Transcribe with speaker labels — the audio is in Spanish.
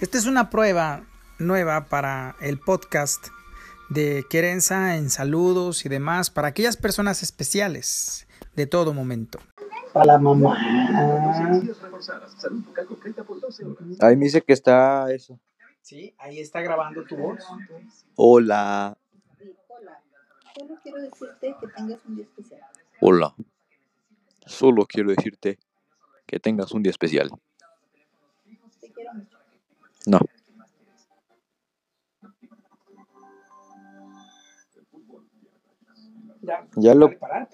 Speaker 1: Esta es una prueba nueva para el podcast de Querenza en saludos y demás para aquellas personas especiales de todo momento.
Speaker 2: Para la mamá.
Speaker 3: Ahí me dice que está eso.
Speaker 1: Sí, ahí está grabando tu voz.
Speaker 3: Hola,
Speaker 4: Hola, solo quiero decirte que tengas un día especial.
Speaker 3: hola. Solo quiero decirte que tengas un día especial.
Speaker 4: Te quiero mucho.
Speaker 3: No.
Speaker 1: Ya,
Speaker 3: Ya lo-
Speaker 1: parar.